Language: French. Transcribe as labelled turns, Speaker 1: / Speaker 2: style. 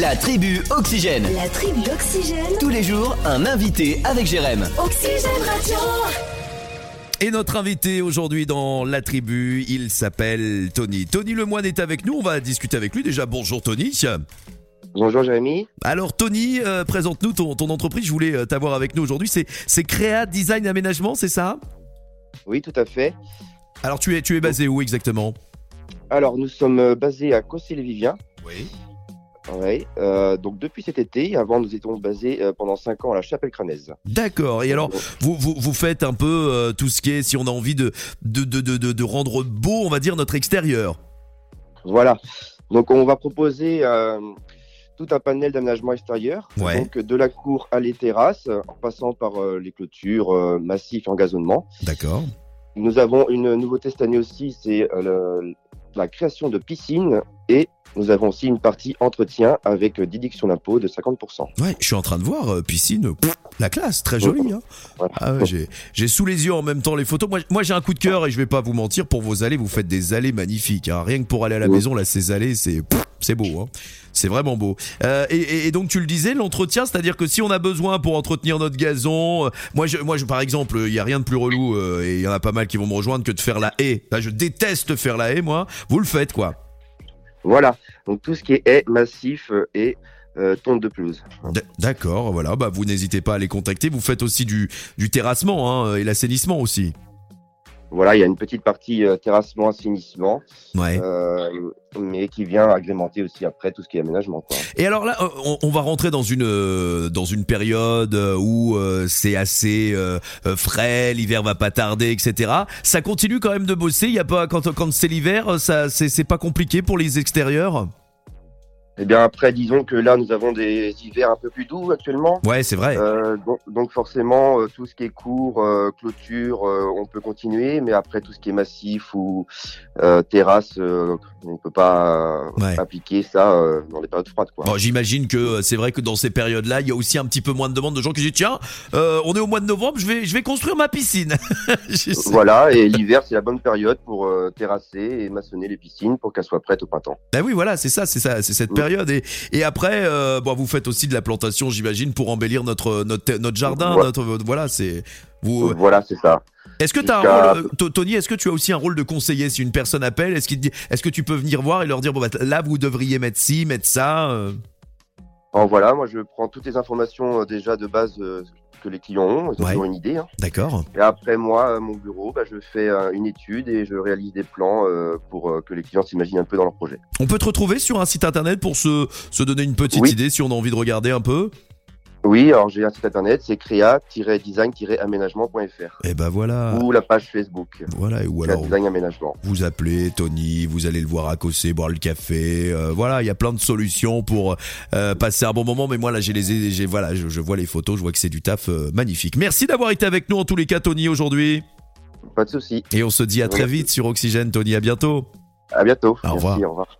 Speaker 1: La tribu Oxygène.
Speaker 2: La tribu Oxygène.
Speaker 1: Tous les jours, un invité avec Jérém.
Speaker 2: Oxygène Radio.
Speaker 3: Et notre invité aujourd'hui dans la tribu, il s'appelle Tony. Tony Lemoine est avec nous, on va discuter avec lui déjà. Bonjour Tony.
Speaker 4: Bonjour Jérémy.
Speaker 3: Alors Tony, euh, présente-nous ton, ton entreprise, je voulais euh, t'avoir avec nous aujourd'hui. C'est, c'est Créa Design Aménagement, c'est ça
Speaker 4: Oui, tout à fait.
Speaker 3: Alors tu es, tu es basé où exactement
Speaker 4: Alors nous sommes euh, basés à Cossé-les-Viviens.
Speaker 3: Oui.
Speaker 4: Ouais, euh, donc depuis cet été, avant nous étions basés euh, pendant 5 ans à la Chapelle Cranaise.
Speaker 3: D'accord. Et alors, vous, vous, vous faites un peu euh, tout ce qui est, si on a envie de, de, de, de, de- de rendre beau, on va dire, notre extérieur.
Speaker 4: Voilà. Donc on va proposer euh, tout un panel d'aménagement extérieur.
Speaker 3: Ouais.
Speaker 4: Donc de la cour à les terrasses, euh, en passant par euh, les clôtures, euh, massifs et engazonnement.
Speaker 3: D'accord.
Speaker 4: Nous avons une nouveauté cette année aussi, c'est euh, le- la création de piscines et nous avons aussi une partie entretien avec euh, déduction d'impôt de 50%.
Speaker 3: Ouais, je suis en train de voir euh, piscine, pff, la classe, très jolie. hein.
Speaker 4: Voilà.
Speaker 3: Ah ouais, j'ai, j'ai sous les yeux en même temps les photos. Moi, j- moi, j'ai un coup de cœur et je vais pas vous mentir. Pour vos allées, vous faites des allées magnifiques. hein. Rien que pour aller à la
Speaker 4: Ouais.
Speaker 3: maison, là, ces allées, c'est pff, c'est beau. hein. C'est vraiment beau. Euh, et, et- et donc, tu le disais, l'entretien, c'est-à-dire que si on a besoin pour entretenir notre gazon, euh, moi, je, moi, je, par exemple, il y a rien de plus relou euh, et il y en a pas mal qui vont me rejoindre que de faire la haie. Là, je déteste faire la haie, moi. Vous le faites, quoi.
Speaker 4: Voilà. Donc tout ce qui est haies, massif euh, et euh, tonte de pelouse.
Speaker 3: D- D'accord, voilà. Bah, vous n'hésitez pas à les contacter. Vous faites aussi du, du terrassement hein, et l'assainissement aussi.
Speaker 4: Voilà, il y a une petite partie euh, terrassement, assainissement,
Speaker 3: Ouais.
Speaker 4: euh, mais qui vient agrémenter aussi après tout ce qui est aménagement. quoi.
Speaker 3: Et alors là, euh, on, on va rentrer dans une euh, dans une période euh, où euh, c'est assez euh, euh, frais, l'hiver va pas tarder, etc. Ça continue quand même de bosser. Il y a pas quand quand c'est l'hiver, euh, ça c'est c'est pas compliqué pour les extérieurs.
Speaker 4: Eh bien après, disons que là, nous avons des hivers un peu plus doux actuellement.
Speaker 3: Ouais, c'est vrai.
Speaker 4: Euh, donc, donc forcément, euh, tout ce qui est cours, euh, clôture, euh, on peut continuer, mais après tout ce qui est massif ou euh, terrasse, euh, on peut pas euh,
Speaker 3: Ouais.
Speaker 4: appliquer ça euh, dans les périodes froides. Quoi.
Speaker 3: Bon, j'imagine que euh, c'est vrai que dans ces périodes-là, il y a aussi un petit peu moins de demandes de gens qui disent tiens, euh, on est au mois de novembre, je vais je vais construire ma piscine. Je sais.
Speaker 4: Voilà, et l'hiver, c'est la bonne période pour euh, terrasser et maçonner les piscines pour qu'elles soient prêtes au printemps.
Speaker 3: Ben oui, voilà, c'est ça, c'est ça, c'est cette
Speaker 4: Mm.
Speaker 3: période. Et, et après, euh, bon, vous faites aussi de la plantation, j'imagine, pour embellir notre notre notre jardin,
Speaker 4: Ouais.
Speaker 3: notre voilà, c'est vous.
Speaker 4: Voilà, c'est ça.
Speaker 3: Est-ce que tu as
Speaker 4: Jusqu'à-
Speaker 3: un rôle, euh, To- Tony Est-ce que tu as aussi un rôle de conseiller si une personne appelle Est-ce qu'il te dit, est-ce que tu peux venir voir et leur dire bon bah, là vous devriez mettre ci, mettre ça euh,
Speaker 4: En voilà, moi je prends toutes les informations euh, déjà de base euh, que les clients ont, ils ont
Speaker 3: Ouais.
Speaker 4: toujours une idée. hein.
Speaker 3: D'accord.
Speaker 4: Et après moi, euh, mon bureau, bah, je fais euh, une étude et je réalise des plans euh, pour euh, que les clients s'imaginent un peu dans leur projet.
Speaker 3: On peut te retrouver sur un site internet pour se se donner une petite
Speaker 4: Oui.
Speaker 3: idée si on a envie de regarder un peu.
Speaker 4: Oui, alors j'ai un site internet, c'est créa-design-aménagement.fr
Speaker 3: Et ben voilà.
Speaker 4: ou la page Facebook,
Speaker 3: Voilà, ou
Speaker 4: créa
Speaker 3: alors
Speaker 4: design aménagement.
Speaker 3: vous appelez Tony, vous allez le voir à Cossé, boire le café. euh, voilà, il y a plein de solutions pour euh, passer un bon moment. Mais moi là, j'ai les, j'ai voilà, je, je vois les photos, je vois que c'est du taf euh, magnifique. Merci d'avoir été avec nous en tous les cas, Tony, aujourd'hui.
Speaker 4: Pas de souci.
Speaker 3: Et on se dit à très
Speaker 4: Merci.
Speaker 3: vite sur Oxygène, Tony. À bientôt.
Speaker 4: À bientôt.
Speaker 3: Au revoir.
Speaker 4: Merci, au revoir.